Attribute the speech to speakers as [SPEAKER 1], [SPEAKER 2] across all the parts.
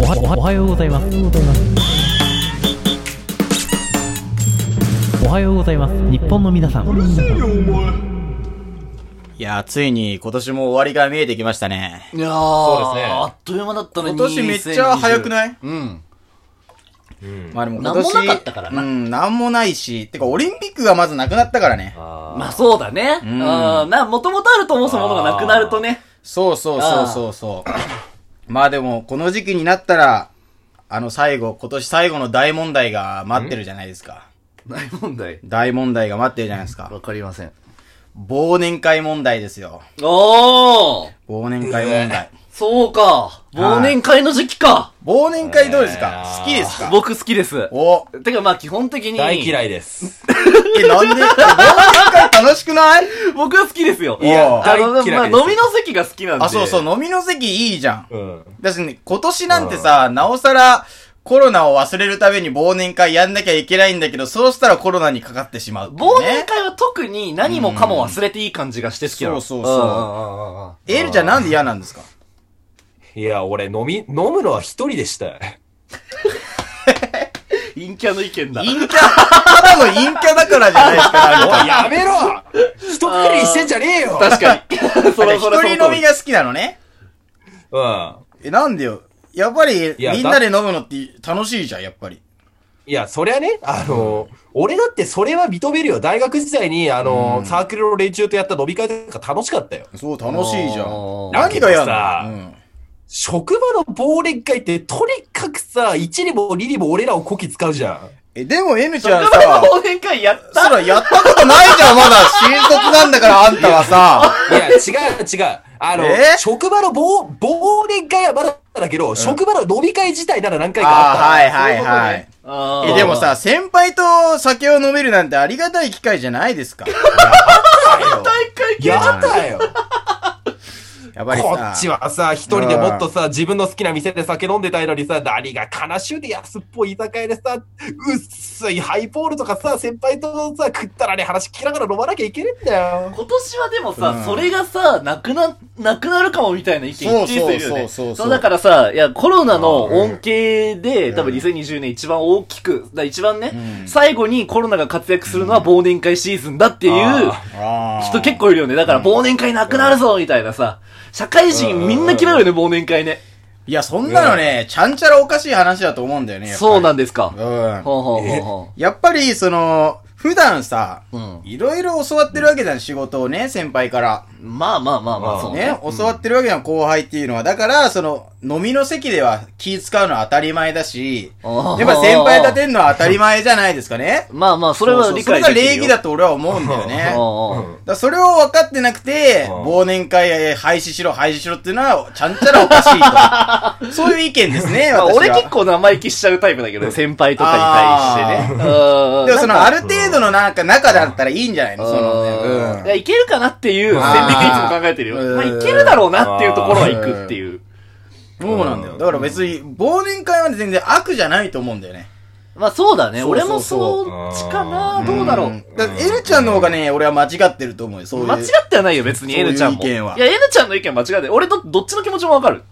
[SPEAKER 1] おはようございますおはようございます日本の皆さん
[SPEAKER 2] いやー、ついに今年も終わりが見えてきましたね。
[SPEAKER 3] いやー、
[SPEAKER 4] うですね
[SPEAKER 3] あっという間だったね。
[SPEAKER 2] 今年めっちゃ早くない
[SPEAKER 3] 2020うん。
[SPEAKER 2] まあでも
[SPEAKER 3] なんもなかったからな
[SPEAKER 2] うん、なんもないし、てかオリンピックがまずなくなったからね。
[SPEAKER 4] あ
[SPEAKER 3] まあそうだね。うん。な、もともとあると思うものがなくなるとね。
[SPEAKER 2] そうそうそうそうそう。まあでも、この時期になったら、あの最後、今年最後の大問題が待ってるじゃないですか。
[SPEAKER 3] ない問題。
[SPEAKER 2] 大問題が待ってるじゃないですか。
[SPEAKER 3] わかりません。
[SPEAKER 2] 忘年会問題ですよ。
[SPEAKER 3] おー
[SPEAKER 2] 忘年会問題。
[SPEAKER 3] そうか。忘年会の時期か。
[SPEAKER 2] 忘年会どうですか
[SPEAKER 4] えー
[SPEAKER 2] 好きですか
[SPEAKER 3] 僕好きです。
[SPEAKER 2] お
[SPEAKER 3] てかまあ基本的に。
[SPEAKER 4] ー大嫌いです。
[SPEAKER 2] え、なんで忘年会楽しくない
[SPEAKER 3] 僕は好きですよ。
[SPEAKER 2] いや
[SPEAKER 3] あの、
[SPEAKER 4] 大嫌
[SPEAKER 3] まあ
[SPEAKER 4] い
[SPEAKER 3] 飲
[SPEAKER 4] です
[SPEAKER 3] みの席が好きなんで。
[SPEAKER 2] あ、そうそう、飲みの席いいじゃん。
[SPEAKER 4] うん。
[SPEAKER 2] だしね、今年なんてさ、なおさら、コロナを忘れるために忘年会やんなきゃいけないんだけど、そうしたらコロナにかかってしまうっていうね。
[SPEAKER 3] 忘年会は特に何もかも忘れていい感じがして好きなの。
[SPEAKER 2] うんそうそうそうん
[SPEAKER 3] んうんうん
[SPEAKER 2] エールちゃんなんで嫌なんですか
[SPEAKER 4] いや、俺飲み、飲むのは一人 でしたよ。
[SPEAKER 3] 陰キャの意見だ。
[SPEAKER 2] 陰キャ、ただの陰キャだからじゃない ですか。
[SPEAKER 4] おい、やめろ一人りしてんじゃ ねえよ
[SPEAKER 3] 確かに。 そ
[SPEAKER 2] あ
[SPEAKER 3] れ
[SPEAKER 2] れ
[SPEAKER 3] それ
[SPEAKER 2] 一
[SPEAKER 3] その
[SPEAKER 2] 人飲
[SPEAKER 3] 通
[SPEAKER 2] み
[SPEAKER 3] り
[SPEAKER 2] が好きなのね。
[SPEAKER 4] うん。
[SPEAKER 2] え、なんでよ。やっぱり、
[SPEAKER 4] いや
[SPEAKER 2] みんなで飲むのって楽しいじゃん、やっぱり。
[SPEAKER 4] いや、そりゃね、あの、俺だってそれは認めるよ。大学時代に、あの、サークルの連中とやった飲み会とか楽しかったよ。
[SPEAKER 2] そう、楽しいじゃん
[SPEAKER 3] あー。
[SPEAKER 2] 何が嫌
[SPEAKER 4] だ
[SPEAKER 2] な
[SPEAKER 4] けど
[SPEAKER 2] の
[SPEAKER 4] 職場の忘年会って、とにかくさ、1にも2にも俺らをこき使うじゃん。
[SPEAKER 2] え、でも N ち
[SPEAKER 3] そ
[SPEAKER 2] ゃ
[SPEAKER 3] れ
[SPEAKER 2] ん
[SPEAKER 3] は
[SPEAKER 2] さ、
[SPEAKER 3] 忘年会やった
[SPEAKER 2] そらやったことないじゃん、まだ。新卒なんだから、あんたは さ。
[SPEAKER 4] いや、違う、違う。あの、
[SPEAKER 2] え
[SPEAKER 4] 職場の忘、忘年会はまだだけど、職場の飲み会自体なら何回かあった。
[SPEAKER 2] ああ、はいはいはい。
[SPEAKER 3] あー
[SPEAKER 2] え、でも、さ、先輩と酒を飲めるなんてありがたい機会じゃないですか。
[SPEAKER 3] 大会系
[SPEAKER 4] やったよ。
[SPEAKER 2] やっぱり
[SPEAKER 4] こ
[SPEAKER 2] さ
[SPEAKER 4] っち、はさ、一人でもっとさ、自分の好きな店で酒飲んでたいのにさ、何が悲しゅうで安っぽい居酒屋でさ、薄いハイボールとかさ、先輩とさ、食ったらね、話聞きながら飲まなきゃいけねえんだよ。
[SPEAKER 3] 今年はでもさ、
[SPEAKER 2] うん
[SPEAKER 3] それがさ、なくな、なくなるかもみたいな意見一致するよね。
[SPEAKER 2] そうそうそうそうそう
[SPEAKER 3] だからさ、いや、コロナの恩恵で、多分2020年一番大きく、だから一番ね、
[SPEAKER 2] うん
[SPEAKER 3] 最後にコロナが活躍するのは忘年会シーズンだっていう
[SPEAKER 4] あ
[SPEAKER 2] あー
[SPEAKER 3] 人結構いるよね。だから忘年会なくなるぞみたいなさ、社会人みんな嫌うよね、忘年会ね。
[SPEAKER 2] いや、そんなのね、ちゃんちゃらおかしい話だと思うんだよね。やっぱり
[SPEAKER 3] そうなんですか。
[SPEAKER 2] うん。
[SPEAKER 3] ほうほうほうほう。
[SPEAKER 2] やっぱり、その、普段さ、
[SPEAKER 3] うん
[SPEAKER 2] いろいろ教わってるわけじゃん、仕事をね、先輩から。
[SPEAKER 3] まあまあまあまあ、そうね
[SPEAKER 2] ね、。教わってるわけじゃん、後輩っていうのは。だから、その、飲みの席では気使うのは当たり前だし、
[SPEAKER 3] あー
[SPEAKER 2] やっぱ先輩立てんのは当たり前じゃないですかね。
[SPEAKER 3] まあまあ、それは
[SPEAKER 2] そ
[SPEAKER 3] 理解
[SPEAKER 2] うそうそ
[SPEAKER 3] できる
[SPEAKER 2] れ
[SPEAKER 3] よ。
[SPEAKER 2] が礼儀だと俺は思うんだよね。
[SPEAKER 3] うんうん
[SPEAKER 2] だからそれを分かってなくて、
[SPEAKER 4] うん
[SPEAKER 2] 忘年会廃止しろ、廃止しろっていうのは、ちゃんちゃらおかしい と。そういう意見ですね、
[SPEAKER 3] まあ、
[SPEAKER 2] 私は。
[SPEAKER 3] 俺結構生意気しちゃうタイプだけどね、先輩とかに対してね。うん
[SPEAKER 2] でもその、あ
[SPEAKER 3] る、
[SPEAKER 2] る程度のなんか、中だったらいいんじゃないのそのね。
[SPEAKER 3] うん。いや、
[SPEAKER 2] うん
[SPEAKER 3] いけるかなっていう線引きいつも考えてるよ。
[SPEAKER 2] うん
[SPEAKER 3] まあ、いけるだろうなっていうところは行くっていう。
[SPEAKER 2] そうなんだよ。だから別に、忘年会は全然悪じゃないと思うんだよね。
[SPEAKER 3] まあ、そうだね。
[SPEAKER 2] そうそうそう
[SPEAKER 3] 俺もそうっちかな。どうだろう。
[SPEAKER 2] んだから、L ちゃんの方がね、俺は間違ってると思うよ。そういう。
[SPEAKER 3] 間違ってはないよ、別に、
[SPEAKER 2] そういう
[SPEAKER 3] N ちゃんも。
[SPEAKER 2] 意見はい
[SPEAKER 3] や、N ちゃんの意見間違ってない。俺ど、どっちの気持ちもわかる。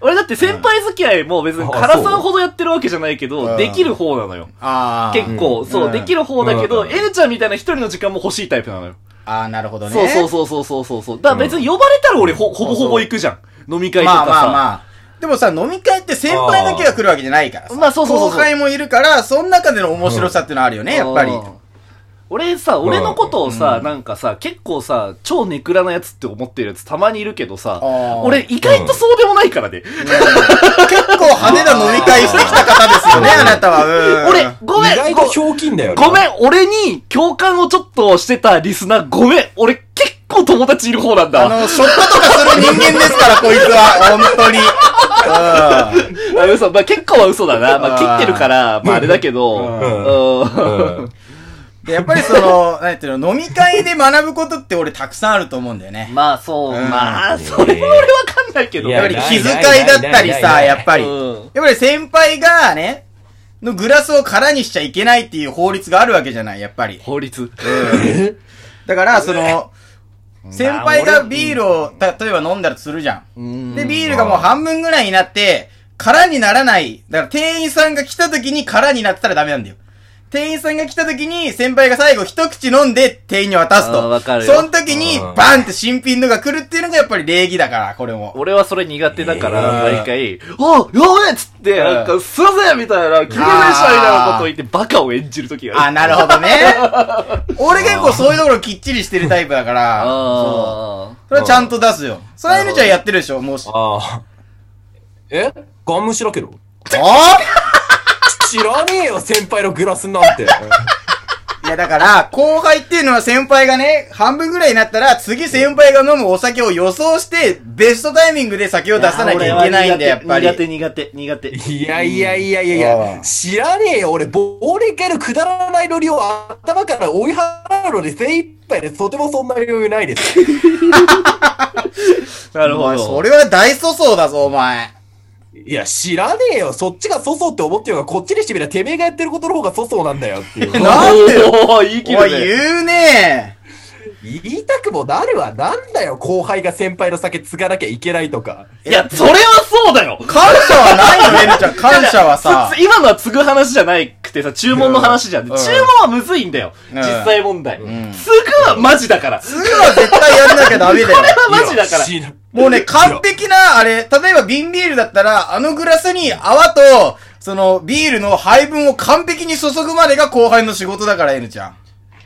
[SPEAKER 3] 俺だって先輩付き合いも別に、
[SPEAKER 4] うん
[SPEAKER 3] カラさんほどやってるわけじゃないけ
[SPEAKER 2] う
[SPEAKER 3] ど、
[SPEAKER 2] ん
[SPEAKER 3] できる方なのよ。
[SPEAKER 2] ああ。
[SPEAKER 3] 結構、そう、でき
[SPEAKER 2] る。
[SPEAKER 3] る方だけど、
[SPEAKER 4] うん
[SPEAKER 3] N ちゃんみたいな一人の時間も欲しいタイプなのよ。
[SPEAKER 2] ああ、なるほどね。
[SPEAKER 3] そうそうそうそうそうそうそう。だから別に呼ばれたら俺ほ、ほぼほぼ行くじゃん。飲み会とか
[SPEAKER 2] ま
[SPEAKER 3] さ。
[SPEAKER 2] あまあまあ。でもさ、飲み会って先輩だけが来るわけじゃないからさ。
[SPEAKER 3] まあそうそうそうそう
[SPEAKER 2] 後輩もいるから、その中での面白さっていうのはあるよね、やっぱり。
[SPEAKER 3] うん俺さ、俺のことをさ、なんかさ、結構さ、超ネクラなやつって思ってるやつたまにいるけどさ
[SPEAKER 2] あー、
[SPEAKER 3] 俺意外とそうでもないからね。
[SPEAKER 2] 結構派手な飲み会してきた方ですよね、あなたは。うん
[SPEAKER 3] 俺、ごめ
[SPEAKER 4] 意
[SPEAKER 3] ん
[SPEAKER 4] 外
[SPEAKER 3] ご
[SPEAKER 4] とひょうきんだよね。
[SPEAKER 3] ごめん、俺に共感をちょっとしてたリスナー、ごめん、俺結構友達いる方なんだ
[SPEAKER 2] あ
[SPEAKER 3] わ。
[SPEAKER 2] の、ショットとかする人間ですから、こいつは。本当に。うん
[SPEAKER 3] あ嘘、まあ結構は嘘だな。まあ切ってるから、まああれだけど、うん
[SPEAKER 4] うん。
[SPEAKER 2] でやっぱりその、なんていうの、飲み会で学ぶことって俺たくさんあると思うんだよね。
[SPEAKER 3] まあそう、
[SPEAKER 2] うん
[SPEAKER 3] まあ、それは俺わかんないけど。
[SPEAKER 4] い
[SPEAKER 2] やっぱり気遣いだったり
[SPEAKER 4] ないないないな
[SPEAKER 2] さ、
[SPEAKER 4] い
[SPEAKER 2] やっぱり。
[SPEAKER 3] うん
[SPEAKER 2] やっぱり先輩がね、のグラスを空にしちゃいけないっていう法律があるわけじゃない、やっぱり。
[SPEAKER 3] 法律。
[SPEAKER 2] だから、その、先輩がビールを、た例えば飲んだらするじゃん。で、ビールがもう半分ぐらいになって、空にならない。だから店員さんが来た時に空になってたらダメなんだよ。店員さんが来た時に先輩が最後一口飲んで店員に渡す
[SPEAKER 3] あー
[SPEAKER 2] と。
[SPEAKER 3] わかるよ
[SPEAKER 2] その時に
[SPEAKER 4] うん
[SPEAKER 2] バンって新品のが来るっていうのがやっぱり礼儀だから、これも。
[SPEAKER 3] 俺はそれ苦手だから、
[SPEAKER 2] えー
[SPEAKER 3] 毎回、あやべえっつって、
[SPEAKER 2] うん
[SPEAKER 3] なんか、すいませんみたいな、聞いてないっしょみたいなことを言って、バカを演じるときが
[SPEAKER 2] あ、
[SPEAKER 3] ある。
[SPEAKER 2] なるほ どね。俺結構そういうところきっちりしてるタイプだから。そう。
[SPEAKER 3] あ
[SPEAKER 2] それはちゃんと出すよ。それは N ちゃんやってるでしょ、もうし。
[SPEAKER 4] ああ。えガムしらけろ
[SPEAKER 2] お
[SPEAKER 4] 知らねえよ、先輩のグラスなんて。
[SPEAKER 2] いやだから、後輩っていうのは先輩がね、半分ぐらいになったら、次先輩が飲むお酒を予想して、ベストタイミングで酒を
[SPEAKER 3] あ。
[SPEAKER 2] 出さなきゃいけないんだよ、やっぱり。
[SPEAKER 3] 苦手、苦手、苦 手。
[SPEAKER 4] いやいやいやいやいや、
[SPEAKER 2] うん
[SPEAKER 4] 知らねえよ、俺、忘年会のくだらないノリを頭から追い払うので精一杯で、とてもそんな余裕ないです。
[SPEAKER 3] なる
[SPEAKER 2] お
[SPEAKER 3] ほ
[SPEAKER 2] 前そ
[SPEAKER 3] ど。
[SPEAKER 2] れは大粗相だぞ、お前。
[SPEAKER 4] いや、知らねえよ、そっちが粗相って思ってるが、こっちにしてみれば、てめえがやってることの方が粗相なんだよっ ていう。
[SPEAKER 2] なんで
[SPEAKER 3] おー言い切
[SPEAKER 2] おい、
[SPEAKER 3] るね。
[SPEAKER 2] 言うね
[SPEAKER 4] 言いたくもなるわ、なんだよ、後輩が先輩の酒継がなきゃいけないとか。
[SPEAKER 3] いや、それはそうだよ
[SPEAKER 2] 感謝はないよ、N ちゃ ん。感謝はさ
[SPEAKER 3] つ。つ今のは継ぐ話じゃなくてさ、注文の話じゃん。
[SPEAKER 2] ん
[SPEAKER 3] 注文はむずいんだよ。
[SPEAKER 2] ん
[SPEAKER 3] 実際問題。継ぐ
[SPEAKER 2] ん
[SPEAKER 3] はマジだから。こ
[SPEAKER 2] すぐは絶対やんなきゃダメだよ。
[SPEAKER 3] れはマジだから。
[SPEAKER 4] いや知ら
[SPEAKER 2] もうね、完璧な、あれ、例えば瓶ビールだったら、あのグラスに泡と、その、ビールの配分を完璧に注ぐまでが後輩の仕事だから、N ちゃん。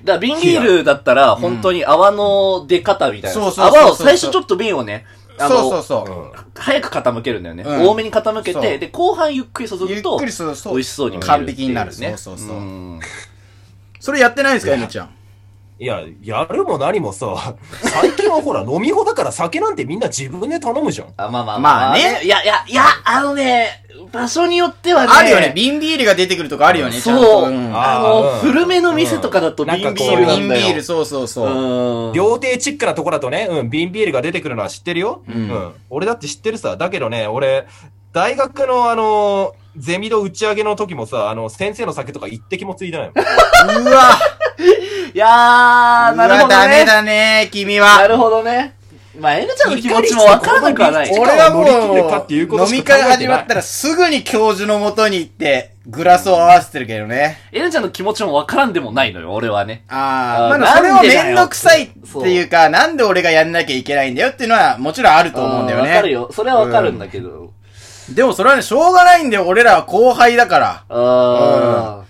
[SPEAKER 3] だから瓶ビールだったら、本当に泡の出方みたいな。
[SPEAKER 2] そうそうそうそう
[SPEAKER 3] 泡を最初ちょっと瓶をね、あ
[SPEAKER 2] そうそう
[SPEAKER 3] の、
[SPEAKER 2] そう。
[SPEAKER 3] 早く傾けるんだよね。
[SPEAKER 2] うん
[SPEAKER 3] 多めに傾け
[SPEAKER 2] そう
[SPEAKER 3] て、で、後半ゆっくり注
[SPEAKER 2] ゆ
[SPEAKER 3] ぐ
[SPEAKER 2] っ
[SPEAKER 3] と
[SPEAKER 2] く、りそうそう
[SPEAKER 3] 美味しそうに見える
[SPEAKER 2] 完璧になる
[SPEAKER 3] っていうね。
[SPEAKER 2] そうそうそうんそれやってないんですか、N ちゃん。
[SPEAKER 4] いや、やるも何もさ、最近はほら、飲みほだから酒なんてみんな自分で頼むじゃん。
[SPEAKER 3] あまあまあ
[SPEAKER 2] まあね
[SPEAKER 3] いやいや、いや、あのね、場所によってはね。
[SPEAKER 2] あるよね、瓶ビールが出てくるとかあるよね、ちゃんと。
[SPEAKER 3] そう。
[SPEAKER 2] ん
[SPEAKER 3] あ
[SPEAKER 4] あ
[SPEAKER 3] の、
[SPEAKER 4] うん
[SPEAKER 3] 古めの店とかだと
[SPEAKER 4] うん
[SPEAKER 3] 瓶ビ
[SPEAKER 4] そ
[SPEAKER 3] ー
[SPEAKER 4] う
[SPEAKER 3] ルな
[SPEAKER 4] な
[SPEAKER 3] ん
[SPEAKER 2] 瓶ビ
[SPEAKER 3] んだよ。
[SPEAKER 2] ール、そうそうそう。
[SPEAKER 3] うん。
[SPEAKER 4] 料亭チックなとこだとね、うん、瓶ビールが出てくるのは知ってるよ。うんん。俺だって知ってるさ。だけどね、俺、大学のあの、ゼミの打ち上げの時もさ、あの、先生の酒とか一滴もついてないもん。
[SPEAKER 2] うわ、
[SPEAKER 3] いやー、なる
[SPEAKER 2] うわ、
[SPEAKER 3] ほど
[SPEAKER 2] ダメ
[SPEAKER 3] ね。
[SPEAKER 2] だね、君
[SPEAKER 3] な
[SPEAKER 2] は。
[SPEAKER 3] るほどね。まあ、N ちゃんの気持ちもわからなくはない。
[SPEAKER 4] 怒
[SPEAKER 2] 俺は
[SPEAKER 4] 乗り切れたっていうこ
[SPEAKER 2] も
[SPEAKER 4] と
[SPEAKER 2] う、飲み
[SPEAKER 4] し
[SPEAKER 2] 会
[SPEAKER 4] か考えてな
[SPEAKER 2] 始
[SPEAKER 4] い
[SPEAKER 2] まったらすぐに教授の元に行って、グラスを合わせてるけどね。
[SPEAKER 3] N ちゃんの気持ちもわからんでもないのよ、俺はね。
[SPEAKER 2] あ
[SPEAKER 3] あー
[SPEAKER 2] ー、まあ、それを
[SPEAKER 3] なんでだよ
[SPEAKER 2] めんどくさいっていうか、なんで俺がやんなきゃいけないんだよっていうのは、もちろんあると思うんだよ
[SPEAKER 3] あーわかる
[SPEAKER 2] ね。
[SPEAKER 3] よ。それはわかるんだけど。
[SPEAKER 2] でもそれはね、しょうがないんだよ、俺らは後輩だから。
[SPEAKER 3] あー。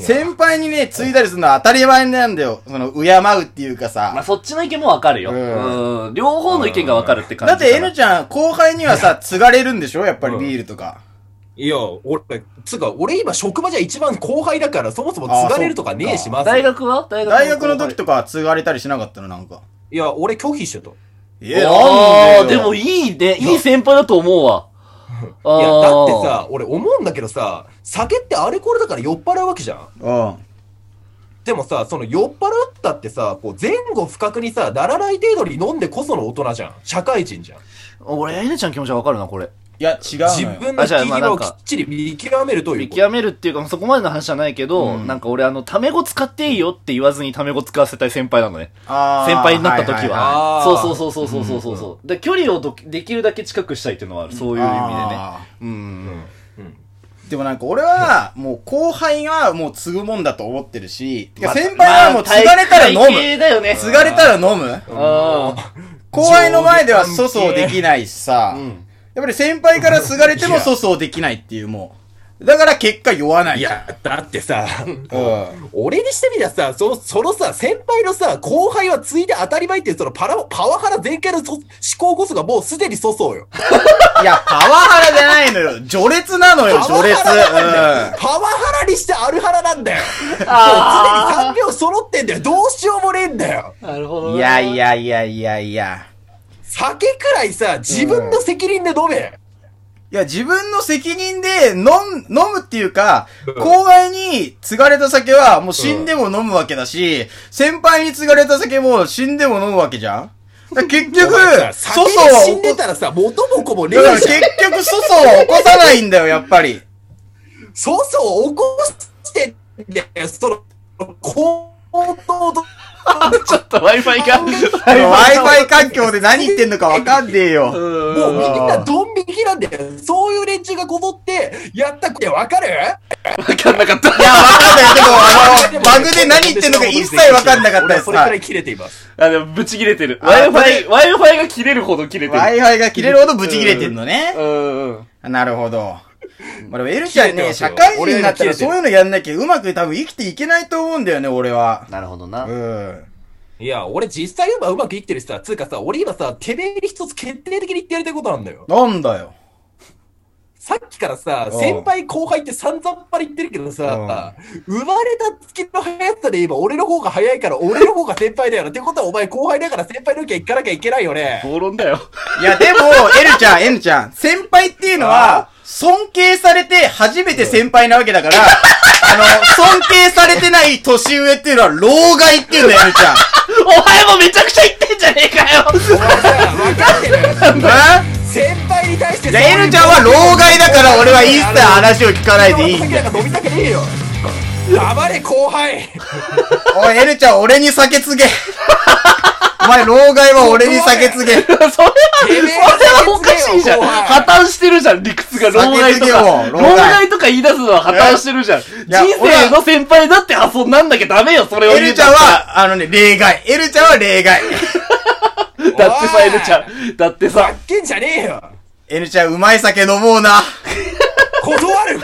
[SPEAKER 2] 先輩にね、継いだりするのは当たり前なんだよ。その、敬うっていうか
[SPEAKER 3] まあ、
[SPEAKER 2] さ。
[SPEAKER 3] そっちの意見もわかるよ。
[SPEAKER 2] うん
[SPEAKER 3] うん。両方の意見がわかるって感
[SPEAKER 2] だ
[SPEAKER 3] じ
[SPEAKER 2] って N
[SPEAKER 3] ち
[SPEAKER 2] ちゃん、後輩にはさ、継がれるんでしょやっぱりビールとか。
[SPEAKER 4] いや、俺、つうか、俺今職場じゃ一番後輩だから、そもそも継がれるとかねえし、まず。
[SPEAKER 3] 大学は大学
[SPEAKER 2] 大学の時とかは継がれたりしなかったのなんか。
[SPEAKER 4] いや、俺拒否してた。
[SPEAKER 2] い
[SPEAKER 3] え
[SPEAKER 2] や、
[SPEAKER 3] あ
[SPEAKER 2] な
[SPEAKER 3] ー
[SPEAKER 2] ん
[SPEAKER 3] で
[SPEAKER 2] で
[SPEAKER 3] も
[SPEAKER 2] よ。
[SPEAKER 3] いいね。いい先輩だと思う わ。あ
[SPEAKER 4] いや、
[SPEAKER 3] ー
[SPEAKER 4] だって。さ、俺思うんだけどさ、酒ってアルコールだから酔っ払うわけじゃん。
[SPEAKER 2] うん。
[SPEAKER 4] でもさ、その酔っ払ったってさ、こう前後不覚にさ、ならない程度に飲んでこその大人じゃん。社会人じゃん。
[SPEAKER 3] 俺、N ちゃんの気持ちはわかるな、これ。
[SPEAKER 2] いや、違う
[SPEAKER 4] 自
[SPEAKER 2] のよ。
[SPEAKER 4] 分の
[SPEAKER 3] あじゃあ
[SPEAKER 4] 生き
[SPEAKER 3] まあな
[SPEAKER 4] 量
[SPEAKER 3] ん
[SPEAKER 4] をき
[SPEAKER 3] か
[SPEAKER 4] っちり見極めるという
[SPEAKER 3] 見
[SPEAKER 4] こと。
[SPEAKER 3] 極めるっていうか、そこまでの話じゃないけど、なんか俺、あの、タメ語使っていいよって言わずにタメ語使わせたい先輩なのね。
[SPEAKER 2] あー
[SPEAKER 3] 先輩になった時
[SPEAKER 2] いいい
[SPEAKER 3] は。
[SPEAKER 4] あー
[SPEAKER 3] そうそうそうそうそうそうそう。で、距離をどできるだけ近くしたいっていうのはある。そういう意味でね。
[SPEAKER 2] あ
[SPEAKER 3] うん。
[SPEAKER 2] ーでもなんか俺は、もう後輩はもう継ぐもんだと思ってるし、てか
[SPEAKER 3] ま
[SPEAKER 2] 先輩はもう継がれたら飲
[SPEAKER 3] まあ体
[SPEAKER 2] む。
[SPEAKER 3] 型だよね。
[SPEAKER 2] 継がれたら飲む
[SPEAKER 3] あ
[SPEAKER 2] 後輩の前では粗相できないしさ、やっぱり先輩からすがれても粗相できないっていうもう。だから結果酔わない
[SPEAKER 4] い
[SPEAKER 2] じゃん。
[SPEAKER 4] や、だってさ、
[SPEAKER 2] うん。
[SPEAKER 4] 俺にしてみりゃさ、そそのさ、先輩のさ、後輩はついで当たり前っていう、そのパラパワハラ全開のそ思考こそがもうすでに粗相よ。
[SPEAKER 2] いや、パワハラじゃないのよ。序列なのよ、
[SPEAKER 4] パ
[SPEAKER 2] 序
[SPEAKER 4] ワ
[SPEAKER 2] 列。
[SPEAKER 4] ハラなんだよ。パワハラにしてあるハラなんだよ。もうすでに3秒揃ってんだよ。どうしようもねえんだよ。
[SPEAKER 3] あ。なるほ
[SPEAKER 2] う
[SPEAKER 3] ど。
[SPEAKER 2] ん。いやい。やいやいやいや。
[SPEAKER 4] 酒くらいさ、自分の責任で飲め。
[SPEAKER 2] いや、自分の責任で飲ん、飲むっていうか、後輩に継がれた酒はもう死んでも飲むわけだし、先輩に継がれた酒も死んでも飲むわけじゃんだから結局、
[SPEAKER 4] 酒
[SPEAKER 2] 粗
[SPEAKER 4] で
[SPEAKER 2] 相を
[SPEAKER 4] 死んで
[SPEAKER 2] 起こ
[SPEAKER 4] たらさ、元も子もね
[SPEAKER 2] だから
[SPEAKER 4] え
[SPEAKER 2] 結
[SPEAKER 4] じゃん。
[SPEAKER 2] 局粗相を起こさないんだよ、やっぱり。
[SPEAKER 4] そうそう起こしてんだよ、その、行動と、
[SPEAKER 3] ちょっと Wi-Fi が。
[SPEAKER 2] Wi-Fi 環境で何言ってんのかわかんねえよ。
[SPEAKER 4] もうみんなドン引的なんだよ。そういう連中がこぞって、やったってわかる
[SPEAKER 3] わかんなかった。
[SPEAKER 2] いや、わかんない。でも、あの、バグで何言ってんのか一切わかんなかった
[SPEAKER 4] 俺
[SPEAKER 2] で
[SPEAKER 4] は
[SPEAKER 2] す。
[SPEAKER 4] それくら
[SPEAKER 2] はい
[SPEAKER 4] い切れています。
[SPEAKER 3] あ、でも、ぶち切れてる。
[SPEAKER 2] あこれ
[SPEAKER 3] Wi-Fi、Wi-Fi が切れるほど切れてる。
[SPEAKER 2] Wi-Fi が切れるほどブチ切れてんのね
[SPEAKER 3] う。んうん。
[SPEAKER 2] なるほど。まあ、でもエルちゃん
[SPEAKER 4] 切れて
[SPEAKER 2] ね、
[SPEAKER 4] ますよ
[SPEAKER 2] 社会人になった
[SPEAKER 4] 俺より切れ
[SPEAKER 2] ら
[SPEAKER 4] てる
[SPEAKER 2] そういうのやんなきゃうまく多分生きていけないと思うんだよね、俺は。
[SPEAKER 3] なるほどな。
[SPEAKER 2] うん。
[SPEAKER 4] いや、俺実際今うまく生きてるしさ、つうかさ、俺今さ、てめえに一つ決定的に言ってやりたいことなんだよ。
[SPEAKER 2] なんだよ。
[SPEAKER 4] さっきからさ、
[SPEAKER 2] うん
[SPEAKER 4] 先輩後輩って散々っぱり言ってるけどさ、生まれた月の速さで今俺の方が早いから俺の方が先輩だよな。ってことはお前後輩だから先輩の家行かなきゃいけない よね。
[SPEAKER 3] 暴論だよ。
[SPEAKER 2] いや、でも、エルちゃん、エルちゃん、先輩っていうのは、尊敬されて初めて先輩なわけだ から、あの、尊敬されてない年上っていうのは、老害っていうんだよ、エルちゃん。
[SPEAKER 3] お前もめちゃくちゃ言ってんじゃねえかよ
[SPEAKER 4] お前さ、わかって る
[SPEAKER 2] な
[SPEAKER 4] 先輩に対して
[SPEAKER 2] じゃあ、エルちゃんは老害だから、俺は一切話を聞かないで いいんだよ。
[SPEAKER 4] 飲みたくねえよ。黙れ 後輩。
[SPEAKER 2] おい、エルちゃん、俺に酒つげ。 お前、老害は俺に酒つげ。
[SPEAKER 3] それは、それ
[SPEAKER 4] てめえ
[SPEAKER 3] はおかしいじゃん。
[SPEAKER 4] お前
[SPEAKER 3] 破綻してるじゃん、理屈が。老害と
[SPEAKER 2] 下
[SPEAKER 3] か。
[SPEAKER 2] げすぎよ老
[SPEAKER 3] 老
[SPEAKER 2] 害
[SPEAKER 3] 害とか言い出すのは破綻してるじゃん。人
[SPEAKER 2] や
[SPEAKER 3] 生の先輩だって発想なんなきゃダメよ、それを
[SPEAKER 2] エ
[SPEAKER 3] 言
[SPEAKER 2] ル
[SPEAKER 3] う
[SPEAKER 2] ちゃん。は、あのね、例外。エルちゃんは例外。
[SPEAKER 3] だってさ、エルちゃん。だって
[SPEAKER 4] ざ
[SPEAKER 3] さ
[SPEAKER 4] っ。けんじゃねえよ。
[SPEAKER 2] エルちゃん、うまい酒飲もうな。
[SPEAKER 4] 断る